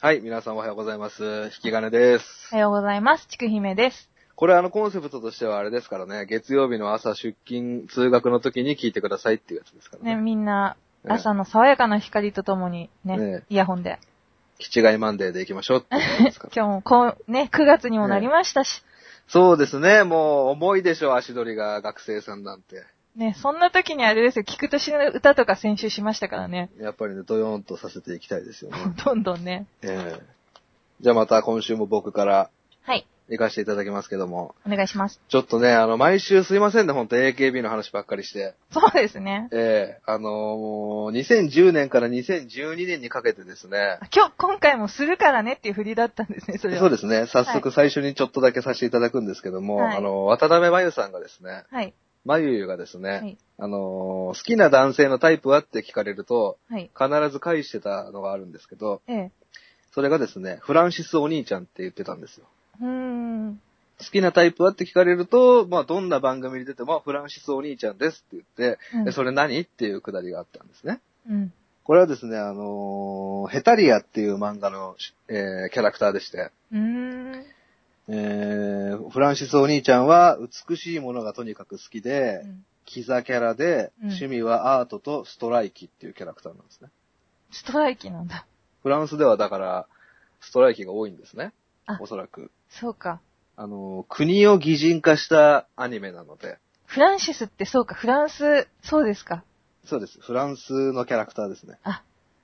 はい、皆さんおはようございます。引き金です。おはようございます。ちくひめです。これあのコンセプトとしてはあれですからね、月曜日の朝出勤、通学の時に聞いてくださいっていうやつですからね、ね。みんな、ええ朝の爽やかな光とともにね、ねイヤホンで。キチガイマンデーで行きましょうっていうこと ですから。今日もこう、ね、9月にもなりましたし、そうですね、もう重いでしょ、足取りが学生さんなんて。ね、そんな時にあれですよ、聞く年の歌とか先週しましたからね。やっぱりね、ドヨーンとさせていきたい ですよね。どんどんね。ええじゃあまた今週も僕からはい、行かせていただきますけども、お願いします。ちょっとね、あの、毎週すいませんね、ほんと AKB の話ばっかりして。そうですね。ええあのーもう2010年から2012年にかけてですね、今日、今回もするからねっていう振りだったんですね、それは。そうでですね、早速最初にちょっとだけさせていただくんですけども、はいあの、渡辺真由さんがですね、す。はい、真由がですね、はい、あのー好きな男性のタイプはって聞かれると、はい。必ず返してたのがあるんですけど、ええ。それがですね、フランシスお兄ちゃんって言ってたんですよ。うーん。好きなタイプはって聞かれると、まあ、どんな番組に出ても、フランシスお兄ちゃんですって言って、うんえそれ何っていうくだりがあったんですね。うん。これはですね、あのーヘタリアっていう漫画の、えーキャラクターでして、うーん。えーフランシスお兄ちゃんは美しいものがとにかく好きで、うんキザキャラで、うん趣味はアートとストライキっていうキャラクターなんですね。ストライキなんだ。フランスではだから、ストライキが多いんですねあ。おそらく。そうか。あのー国を擬人化したアニメなので、フランシスってそうか、フランス、そうですか。そうです。フランスのキャラクターですね。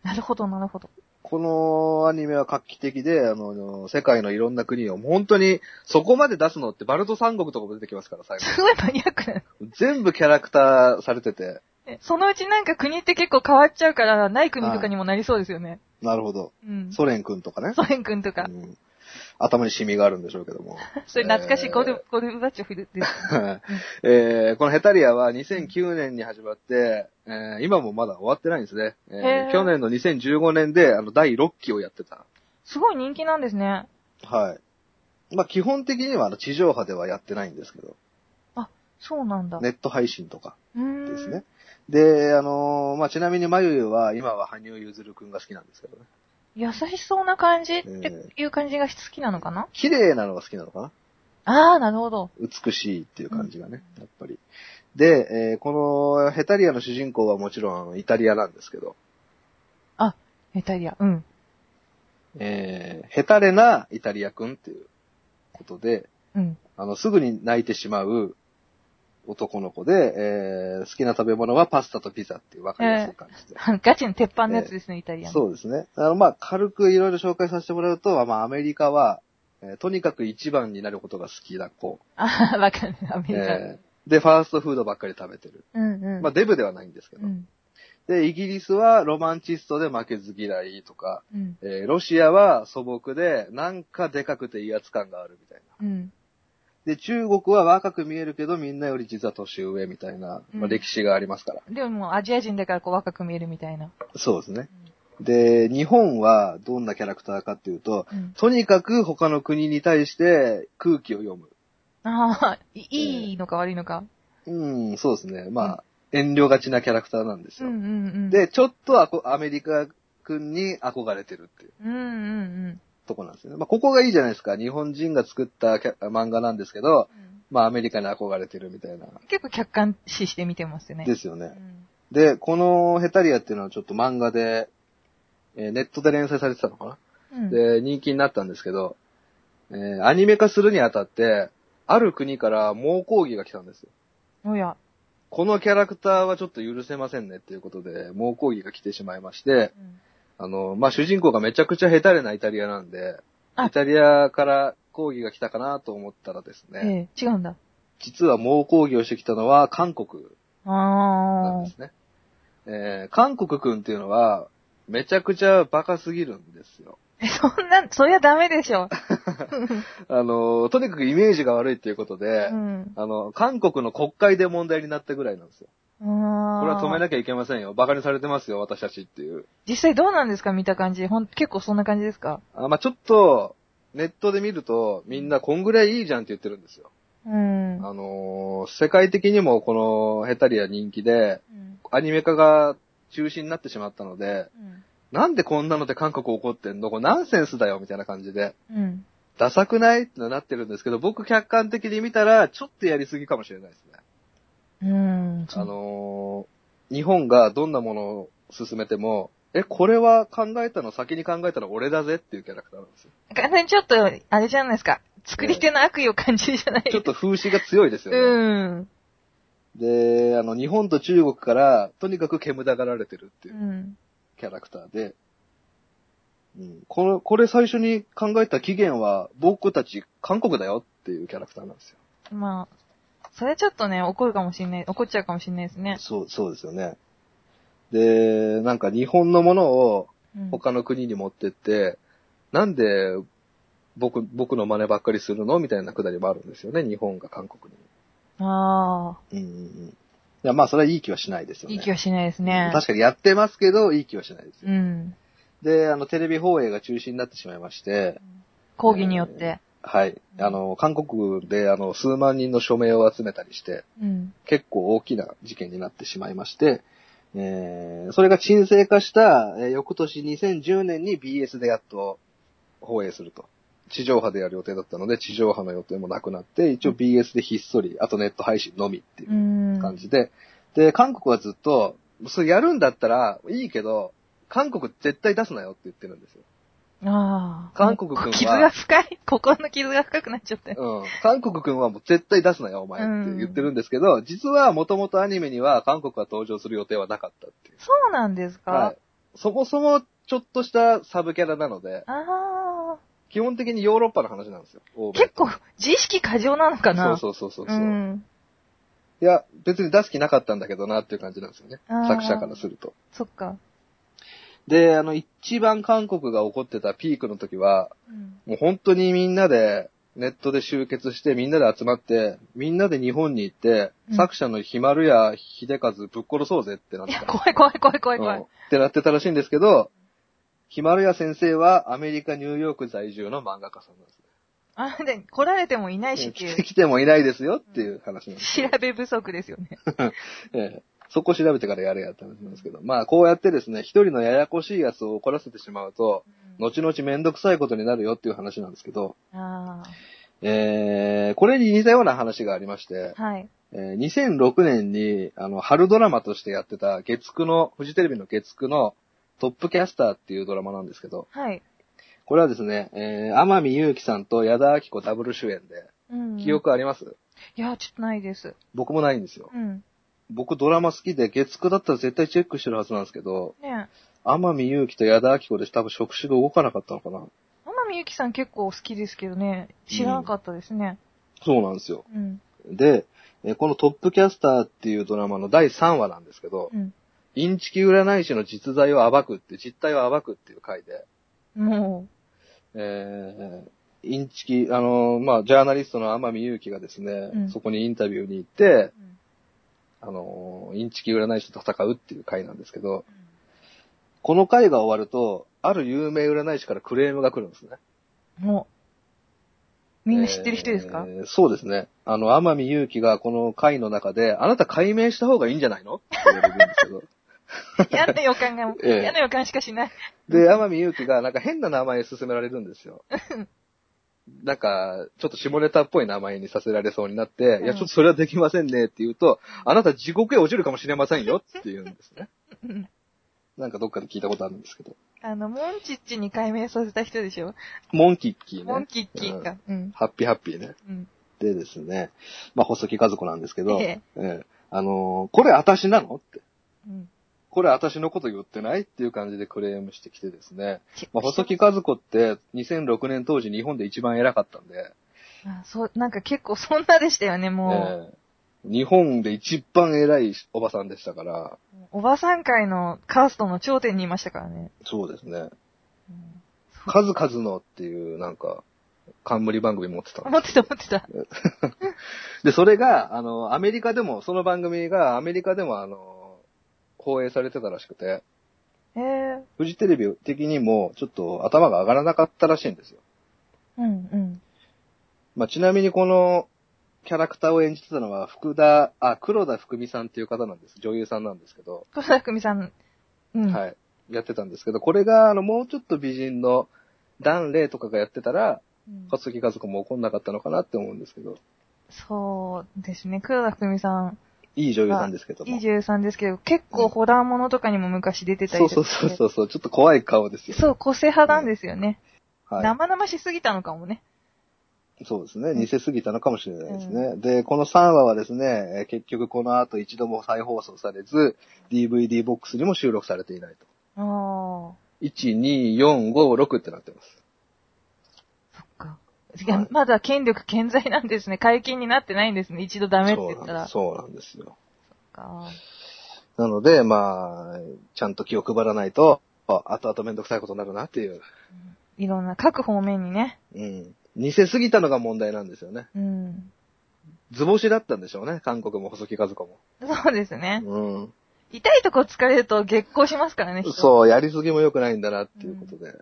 なるほど、なるほど。このアニメは画期的で、あの、世界のいろんな国を、もう本当に、そこまで出すのってバルト三国とかも出てきますから、最すごいマニアックな。後。全部キャラクターされてて、えそのうちなんか国って結構変わっちゃうから、ない国とかにもなりそうですよね。なるほど。うん。ソ連君とかね。ソ連君とかう。ん頭にシミがあるんでしょうけど も。それ懐かしえいーゴル、ゴルバチョフです。えーこのヘタリアは2009年に始まって、えー今もまだ終わってないんですね。えーへー去年の2015年で、あの、第6期をやってた。すごい人気なんですね。はい。まあ、基本的にはあの地上波ではやってないんですけど、そうなんだ。ネット配信とか。うーん。ですね。。で、あのーまあ、ちなみに、まゆゆは、今は、羽生結弦くんが好きなんですけどね。優しそうな感じっていう感じが好きなのかな、綺麗なのが好きなのかなああ、なるほど。美しいっていう感じがね、やっぱり。で、えーこの、ヘタリアの主人公はもちろん、あの、イタリアなんですけど、イタリア。うん。えーヘタレなイタリアくんっていうことで、うん。 あの、すぐに泣いてしまう男の子で、えー好きな食べ物はパスタとピザっていうわかりやすい感じで。ガチの鉄板のやつですね、イタリアの。そうですね。あの、まあ、軽くいろいろ紹介させてもらうと、まあ、アメリカは、えーとにかく一番になることが好きな子。ああ、 わかる。アメリカ。えーで、ファーストフードばっかり食べてる。うんうん。まあ、デブではないんですけど。うん。で、イギリスはロマンチストで負けず嫌いとか、うん。えーロシアは素朴で、なんかでかくて威圧感があるみたいな。うん。で、中国は若く見えるけど、みんなより実は年上みたいな、まうあ、ん歴史がありますから。でももうアジア人だからこう若く見えるみたいな。そうですね。で、日本はどんなキャラクターかっていうと、うん。とにかく他の国に対して空気を読む。ああ、いいいのか悪いのか。うん、そうですね。まあ、遠慮がちなキャラクターなんですうんよ。うんうん。、で、ちょっとあこアメリカ君に憧れてるっていううんうんとこなんですよね。まあ、ここがいいじゃないですか。日本人が作ったキャ漫画なんですけど、うん。まあ、アメリカに憧れてるみたいな。結構客観視して見てますよね。ですようね。んで、このヘタリアっていうのはちょっと漫画で、えーネットで連載されてたのかなうん。で、人気になったんですけど、えーアニメ化するにあたって、ある国から猛抗議が来たんですよ。おや。このキャラクターはちょっと許せませんねっていうことで、猛抗議が来てしまいまして、うんあの、まあ、主人公がめちゃくちゃヘタレなイタリアなんで、あイタリアから抗議が来たかなと思ったらですね、ええ、違うんだ。実は猛抗議をしてきたのは韓国なんあですね。えー韓国くんっていうのは、めちゃくちゃバカすぎるんですよ。あ。そん な、そりゃダメでしょ。 あの、とにかくイメージが悪いっていうことで、うん。あの、韓国の国会で問題になったぐらいなんですよ。ああ。これは止めない。なきゃいけませんよ。馬鹿にされてますよ、私たちっていう。実際どうなんですか見た感じ。ほん、結構そんな感じですかあまあ、ちょっと、ネットで見ると、みんなこんぐらいいいじゃんって言ってるんですよ。うん。あのー世界的にもこのヘタリア人気で、うんアニメ化が中止になってしまったので、うんなんでこんなので韓国怒ってんのこれナンセンスだよみたいな感じで。うん。ダサくないってなってるんですけど、僕客観的に見たら、ちょっとやりすぎかもしれないですね。うん。あのー日本がどんなものを進めても、え、これは考えたの、先に考えたの俺だぜっていうキャラクターなんですよ。完全にちょっと、あれじゃないですか。作り手の悪意を感じるじゃないちょっと風刺が強いですよね。うん。。で、あの、日本と中国から、とにかく煙たがられてるっていううんキャラクターで、うん、これ、これ最初に考えた起源は、僕たち韓国だよっていうキャラクターなんですよ。まあ、それちょっとね、怒るかもしんない、怒っちゃうかもしんないですね。そう、そうですよね。で、なんか日本のものをうん。他の国に持ってって、なんで僕、僕の真似ばっかりするのみたいなくだりもあるんですよね、日本が韓国ああ、に。うんうんうん。いや、まあそれはいい気はしないですよね。いい気はしないですね。確かにやってますけど、いい気はしないですよ。うん。で、あの、テレビ放映が中止になってしまいまして、抗議によって。はい。あの、韓国で、あの、数万人の署名を集めたりして、うん。。結構大きな事件になってしまいまして、えー、それが沈静化した、えー翌年2010年に BS でやっと放映すると。地上波でやる予定だったので、地上波の予定もなくなって、一応 BS でひっそり、あとネット配信のみっていううん感じで、で、韓国はずっと、それやるんだったらいいけど、韓国絶対出すなよって言ってるんですよ。ああ。韓国軍はもう傷が深い。 心の傷が深くなっちゃって。うん。韓国君はもう絶対出すなよ、お前って言ってるんですけど、実はもともとアニメには韓国が登場する予定はなかったっていう。そうなんですか、はい。そもそもちょっとしたサブキャラなので、あ基本的にヨーロッパの話なんですよ。欧あ。米結構、自意識過剰なのかなう。そうそうそうそう。うんいや、別に出す気なかったんだけどなっていう感じなんですよね。あー作者からすると。そっか。で、あの、一番韓国が怒ってたピークの時は、うん。もう本当にみんなで、ネットで集結して、みんなで集まって、みんなで日本に行って、うん作者のひまるや秀和ぶっ殺そうぜってなっいてや、た。怖い怖い怖い怖い怖うんいっ。てなってたらしいんですけど、ひまるや先生はアメリカ・ニューヨーク在住の漫画家さんなんですね。あ、で、来られてもいないしってい来うて。来てもいないですよっていう話なんです。調べ不足ですよね。ええそこ調べてからやれやって話なんですけど、まあこうやってですね、一人のややこしいやつを怒らせてしまうと、後々めんどくさいことになるよっていう話なんですけど、あえー、これに似たような話がありまして、あ。はい。えー2006年に、あの、春ドラマとしてやってた月9の、フジテレビの月9のトップキャスターっていうドラマなんですけど、はい。これはですね、えー、天海祐希さんと矢田明子ダブル主演で、うん。記憶あります、いや、ちょっとないです。僕もないんですよ。うん。僕ドラマ好きで、月9だったら絶対チェックしてるはずなんですけど、ねえ。天海祐希と矢田明子で多分触手が動かなかったのかな。天海祐希さん結構好きですけどね、知らなかったですね。そうなんですよ。うん。で、えーこのトップキャスターっていうドラマの第3話なんですけど、うん。インチキ占い師の実在を暴くって、実態を暴くっていう回で、もえー、インチキ、あのーまあ、ジャーナリストの天海祐希がですね、うんそこにインタビューに行ってう、、あのーインチキ占い師と戦うっていう回なんですけど、この回が終わると、ある有名占い師からクレームが来るんですね。もう、みんな知ってる人ですか、えーそうですね。あの、天海祐希がこの回の中で、あなた解明した方がいいんじゃないのって言われるんです けど。嫌な予感が、ええ嫌な予感しかしない。で、天海祐希がなんか変な名前勧められるんですよ。なんか、ちょっと下ネタっぽい名前にさせられそうになって、うんいや、ちょっとそれはできませんねって言うと、あなた地獄へ落ちるかもしれませんよって言うんです ね。うんなんかどっかで聞いたことあるんですけど。あの、モンチッチに改名させた人でしょモンキッキーモンね。キッキーか。うん。ハッピーハッピーね。うん。でですね、まあ、細木和子なんですけど、えええあのーこれ私なのって。うん。これ私のこと言ってないっていう感じでクレームしてきてですね。まあ、細木和子って2006年当時日本で一番偉かったんで、あそう、なんか結構そんなでしたよね、もええ日本で一番偉いおばさんでしたから、う。おばさん界のカーストの頂点にいましたからね。そうですね。うん数々のっていうなんか、冠番組持ってたんです思ってた思ってた。で、それが、あの、アメリカでも、その番組がアメリカでもあの、放映されてたらしくて、ええフジテレビ的にもちょっと頭が上がらなかったらしいんですよ。うんうん。まあ、ちなみにこのキャラクターを演じてたのは福田、あ、黒田福美さんっていう方なんです。女優さんなんですけど、黒田久美さん、うん。はい。やってたんですけど、これが、あの、もうちょっと美人の、ダンレイとかがやってたら、うん小杉家族も怒んなかったのかなって思うんですけど、そうですね。黒田文さん、いい女優さんですけども。 23ですけど、結構ホラーものとかにも昔出てたそうりそうそうそうそう、ちょっと怖い顔ですよ。そう、個性派なんですよね。は生々しすぎたのかもね。い。そうですね。うん似せすぎたのかもしれないですね。で、この3話はですね、えー結局この後一度も再放送されず、DVD ボックスにも収録されていないと。ああ、 1、2、4、5、6ってなってます。そっか。いやはいまだ権力健在なんですね。解禁になってないんですね。一度ダメって言ったら。そそうなんですそうなんですよ。っか。なので、まあ、ちゃんと気を配らないと、あ後々めんどくさいことになるなっていう。いろんな、各方面にね。うん。似せすぎたのが問題なんですよね。うん。図星だったんでしょうね。韓国も細木和子も。そうですね。うん。痛いとこ疲れると月光しますからね、人そう、やりすぎも良くないんだなっていうことで。っ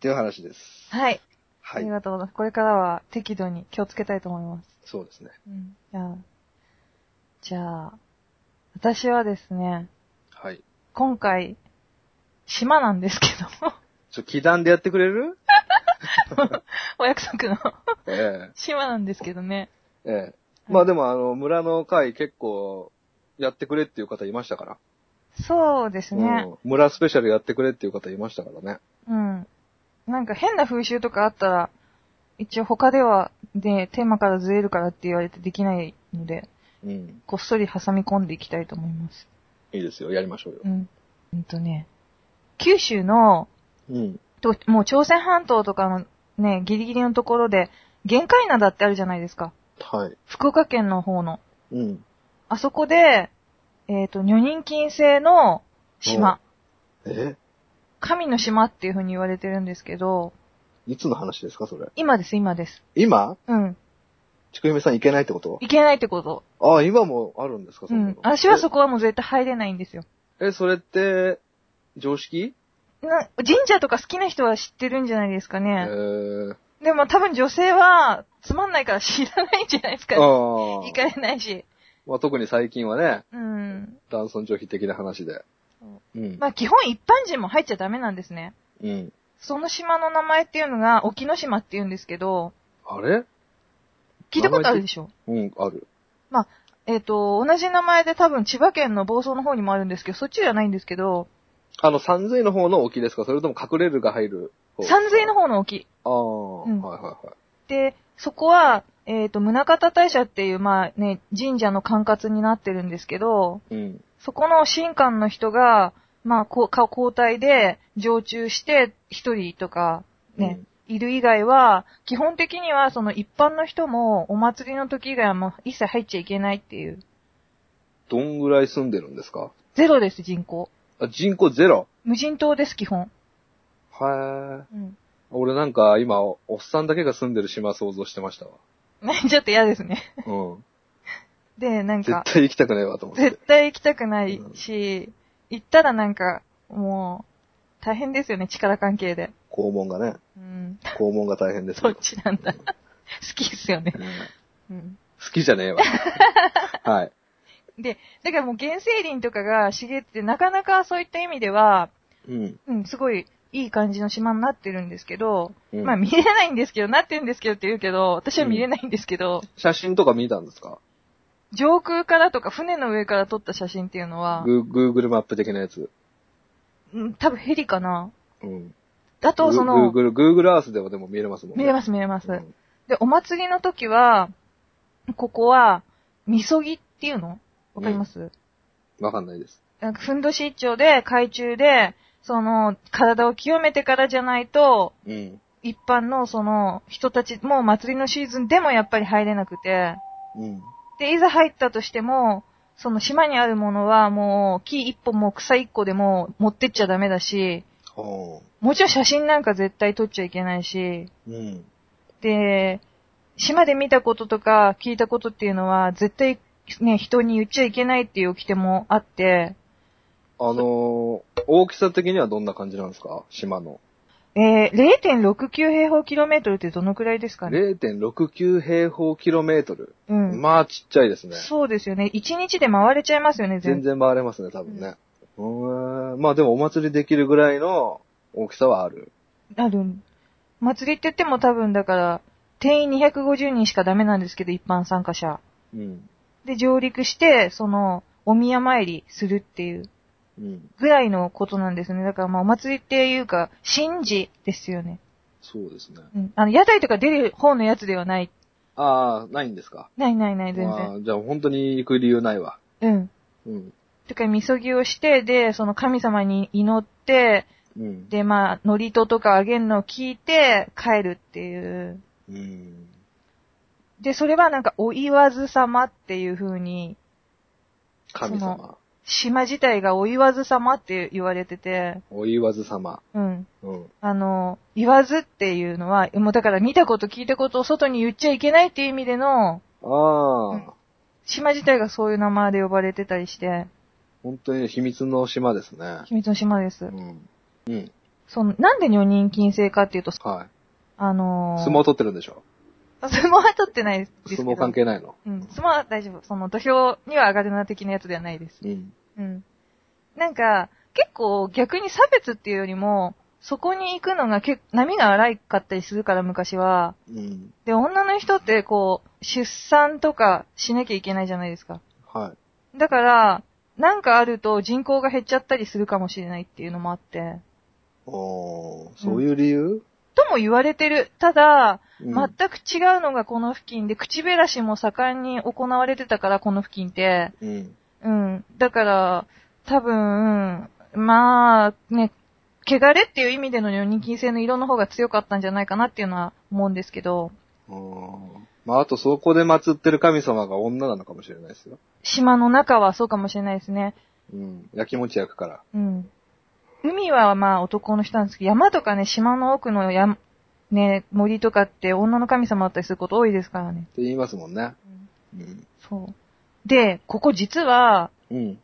ていう話です。はい。はあいり。がとうございます。これからは適度に気をつけたいと思います。そうですね。うん。じゃあ、じゃあ、私はですね、はい。今回、島なんですけども、 ちょ、気団でやってくれるお約束の え島なんですけどね。えええまあでも、あの、村の会結構、やってくれっていう方いましたから。そうですね。うん。村スペシャルやってくれっていう方いましたからね。うん。なんか変な風習とかあったら、一応他では、で、テーマからずれるからって言われてできないので、うん。こっそり挟み込んでいきたいと思います。いいですよ。やりましょうよう。ん。うんとね、九州の、うん。ともう朝鮮半島とかのね、ギリギリのところで、限界灘ってあるじゃないですか。はい。福岡県の方の。うん。あそこで、えっ、と、女人禁制の島。え神の島っていう風に言われてるんですけど、いつの話ですか、それ。今です、今です。今うん。ちくゆめさん行けないってこといけないってこと。ああ、今もあるんですか、うそなんの。私はそこはもう絶対入れないんですよ。え、えそれって、常識な神社とか好きな人は知ってるんじゃないですかえね。ー、でも多分女性はつまんないから知らないんじゃないですか。ああ行かれないし。まあ、特に最近はね、うん。男尊女卑的な話でそ。うん。まあ基本一般人も入っちゃダメなんですね。うん。その島の名前っていうのが沖ノ島っていうんですけど、あれ聞いたことあるでしょうん、ある。えっ、と、同じ名前で多分千葉県の房総の方にもあるんですけど、そっちじゃないんですけど、あの、三髄の方の沖ですかそれとも隠れるが入る方三髄の方の沖。方。ああ、うんはいはいはい。で、そこは、えっ、と、宗方大社っていう、まあね、神社の管轄になってるんですけど、うん。そこの神官の人が、まあ、こうか交代で常駐して、一人とか、ね、いる以外は、基本的にはその一般の人もお祭りの時以外はもう一切入っちゃいけないっていう。うん。どんぐらい住んでるんですかゼロです、人口。あ、人口ゼロ無人島です、基本。はえ。うん。俺なんか今、おっさんだけが住んでる島想像してま したわ。ね、 ちょっと嫌ですね。うん。で、なん絶か、対行きたくねえわと思って絶。対行きたくないし、行ったらなんか、もう、大変ですよね、力関係で。肛門がね、うん。肛門が大変ですけそっど。ち なんだ。好きですよね。うんうん。好きじゃねえ わ。はい。だからもう原生林とかが茂ってて、なかなかそういった意味では、うん。うん、すごいいい感じの島になってるんですけど、うんまあ見れないんですけど、なってるんですけどって言うけど、私は見れないんですけど、写真とか見たんですか上空からとか船の上から撮った写真っていうのは、グー Google マップ的なやつ。うん、多分ヘリかな。うん。だとその、 Google、Google Earth ではでも見れますもん見れまます見れます。うんで、お祭りの時は、ここは、みそぎっていうのわかります、わかんないです。なんか、ふんどし一丁で、海中で、その、体を清めてからじゃないと、うん。一般のその、人たち、もう祭りのシーズンでもやっぱり入れなくて、うん。で、いざ入ったとしても、その島にあるものはもう木一本も草一個でも持ってっちゃダメだし、ほもちろん写真なんか絶対撮っちゃいけないし、う。うん。で、島で見たこととか聞いたことっていうのは絶対ね、人に言っちゃいけないっていう掟もあって、あのー、大きさ的にはどんな感じなんですか島の。えー、0.69平方キロメートルってどのくらいですかね0.69平方キロメートル。うん。まあ、ちっちゃいですね。そうですよね。一日で回れちゃいますよね、全全部。然回れますね、多分ね。うーんまあでもお祭りできるぐらいの大きさはある。あるん。祭りって言っても多分だから、定員250人しかダメなんですけど、一般参加者。うん。で、上陸して、その、お宮参りするっていううん。ぐらいのことなんですね。だからまあお祭りっていうか、神事ですよね。そうですね。うん。あの、屋台とか出る方のやつではない。ああ、ないんですか。ないないない、全ま然。あ、じゃあ本当に行く理由ないわ。うん。うん。とか、みそぎをして、で、その神様に祈って、うん。で、まあ、祝詞とかあげるのを聞いて、帰るっていう。うん。で、それはなんか、お言わず様っていう風に、神そ様。島自体がお言わず様って言われてて、お言わず様。うん。うん。あの、言わずっていうのは、もうだから見たこと聞いたことを外に言っちゃいけないっていう意味での、ああ、うん島自体がそういう名前で呼ばれてたりして、本当に秘密の島ですね。秘密の島でうす。ん。うん。その、なんで女人禁制かっていうと、はい。あのー、相撲取ってるんでしょあ相撲は取ってないですけ相ど。撲関係ないの。うん、相撲は大丈夫。その土俵には上がるな的なやつではないです。うん。うん。なんか、結構逆に差別っていうよりも、そこに行くのが結波が荒いかったりするから昔は。うん。で、女の人ってこう、出産とかしなきゃいけないじゃないですか。はだから、なんかあると人口が減っちゃったりするかもしれないっていうのもあって。い。おー、そういう理由、とも言われてる。ただ、うん全く違うのがこの付近で、口減らしも盛んに行われてたから、この付近って。うん。うん。だから、多分、まあ、ね、汚れっていう意味での女人禁制の色の方が強かったんじゃないかなっていうのは思うんですけど、うんまあ、あとそこで祀ってる神様が女なのかもしれないですよ。島の中はそうかもしれないですね。うん。焼きもち焼くから。うん。海はまあ男の人なんですけど、山とかね、島の奥の山、ね、森とかって女の神様だったりすること多いですからね。って言いますもんね。うんうん。そう。で、ここ実は、うん。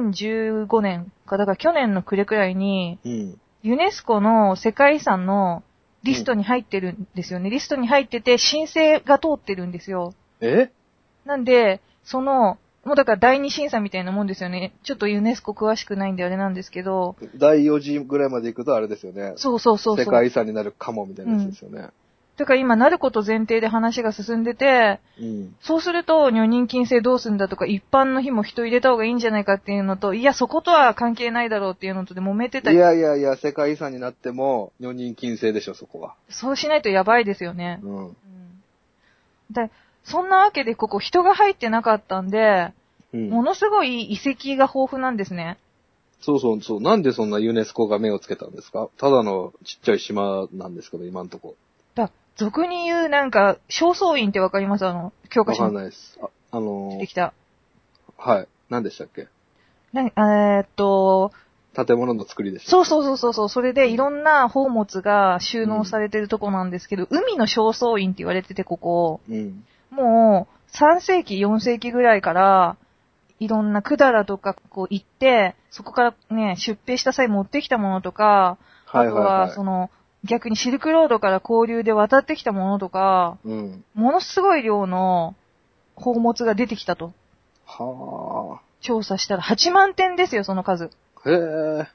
2015年か、だから去年の暮れくらいに、うん。ユネスコの世界遺産のリストに入ってるんですよね。リストに入ってて申請が通ってるんですよ。えなんで、その、もうだから第二審査みたいなもんですよね。ちょっとユネスコ詳しくないんであれなんですけど、第4次ぐらいまで行くとあれですよね。そうそうそうそう。世界遺産になるかもみたいなやつですよね。だから今なること前提で話が進んでて、うん。そうすると女人禁制どうすんだとか一般の日も人入れた方がいいんじゃないかっていうのと、いやそことは関係ないだろうっていうのとで揉めてたいり、やいやいや、世界遺産になっても、女人禁制でしょ、そこは。そうしないとやばいですよね。うん。うんで、そんなわけでここ人が入ってなかったんで、うん。ものすごい遺跡が豊富なんですね。そうそうそう。なんでそんなユネスコが目をつけたんですかただのちっちゃい島なんですけど、今んとこ。だ俗に言うなんか、正倉院ってわかりますあの、教科わ書かんにないです。あ、あ出のてーきた。はい。何でしたっけなえーっと、建物の作りでしたそうう。そうそうそうそう、それでいろんな宝物が収納されてるとこなんですけど、海の正倉院って言われてて、ここ、うん。もう3世紀、4世紀ぐらいから、いろんな百済とかこう行って、そこからね、出兵した際持ってきたものとか、はあいとはいは、はいそ。の、逆にシルクロードから交流で渡ってきたものとか、うん。ものすごい量の宝物が出てきたと。は調査したら8万点ですよ、その数。あ。へえ。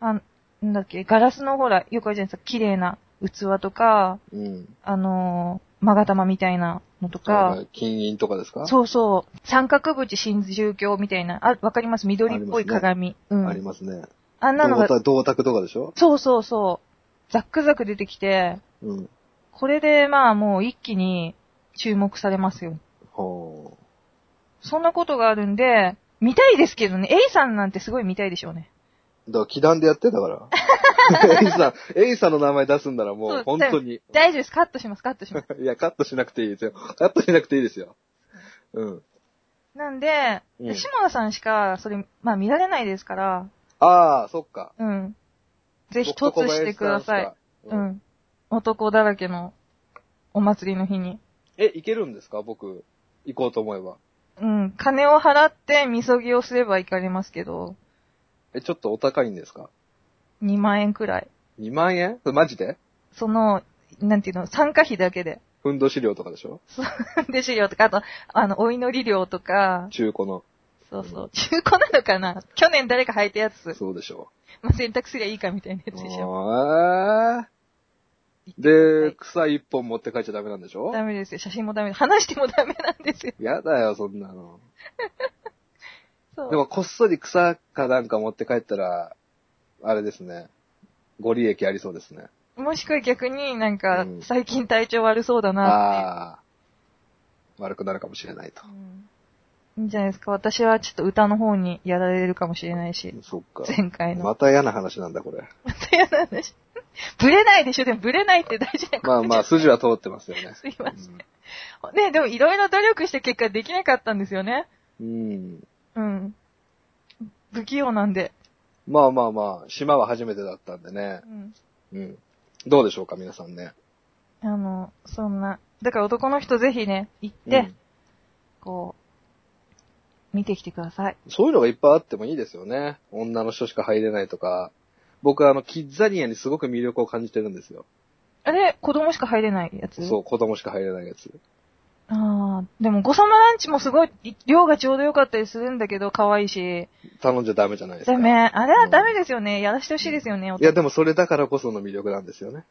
あん、なんだっけ、ガラスのほら、よくあるじゃないですか、綺麗な器とか、うん。あのー、マガタマみたいなのとはいかは、い金銀とかですかそうそう、三角縁真珠鏡みたいな、あ、わかります緑っぽい鏡。うありん。ますね。あんなのが、銅銅鐸とかでしょそうそうそう、ザックザク出てきて、うん。これでまあもう一気に注目されますよ。はそんなことがあるんで、見たいですけどね、エイさんなんてすごい見たいでしょうね。あ。だから、祈願でやってたから。エ イさん、エイさんの名前出すんならもそうう、本当に。大丈夫です、カットします、カット します。いや、カットしなくていいですよ。カットしなくていいですよ。うん。なんで、うん下田さんしかそれ、まあ見られないですから、ああ、そっか。うん。ぜひ突してください。僕と小林さんしうか。うんん。男だらけのお祭りの日に。え、行けるんですか僕、行こうと思えば。うん。金を払って、みそぎをすれば行かれますけど、え、ちょっとお高いんですか2万円くらい。 2万円マジでその、なんていうの、参加費だけで。ふんどし料とかでしょで資料とか、あと、あの、お祈り料とか、中古の。そうそう。中古なのかな去年誰か履いたやつ。そうでしょまあ、選択すりゃいいかみたいなやつでしょ。う。あーで、草一本持って帰っちゃダメなんでしょダメですよ。写真もダメ。話してもダメなんですよ。やだよ、そんなの。そう。でも、こっそり草かなんか持って帰ったら、あれですね。ご利益ありそうですね。もしくは逆になんうか、ん最近体調悪そうだなっああ。悪くなるかもしれないとて。。うんいいんじゃないですか。私はちょっと歌の方にやられるかもしれないし。そっか。前回の。また嫌な話なんだ、これ。また嫌な話。 ブレないでしょでもブレないって大事なことまあまあ、じゃ筋は通ってますよねん。すいません。うん ねでもいろいろ努力して結果できなかったんですよね。うん。うん。不器用なんで。まあまあまあ、島は初めてだったんでねう。ん。うん。どうでしょうか、皆さんね。あの、そんな。だから男の人ぜひね、行っうて、んこう、見てきてください。そういうのがいっぱいあってもいいですよね。女の人しか入れないとか。僕はあの、キッザニアにすごく魅力を感じてるんですよ。あれ、子供しか入れないやつそう、子供しか入れないやつ。ああ、でも、ごさまランチもすごい、量がちょうど良かったりするんだけど、可愛いし。頼んじゃダメじゃないですか。ダ。メ。あれはうんダメですよね。やらしてほしいですよね。いや、でもそれだからこその魅力なんですよね。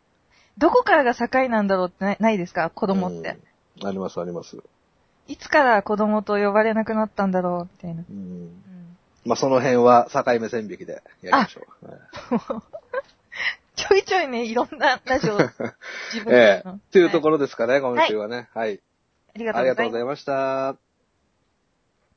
どこからが境なんだろうってないないですか子子供って。。あります、あります。いつから子供と呼ばれなくなったんだろうみたいな。うん。うんまあ、その辺は境目線引きでやりましょう。はいちょいちょいね、いろんなラジオ、自 分ええの。というところですかね、今週はね。はい。ありがとあうりがござとういごますざ。いました。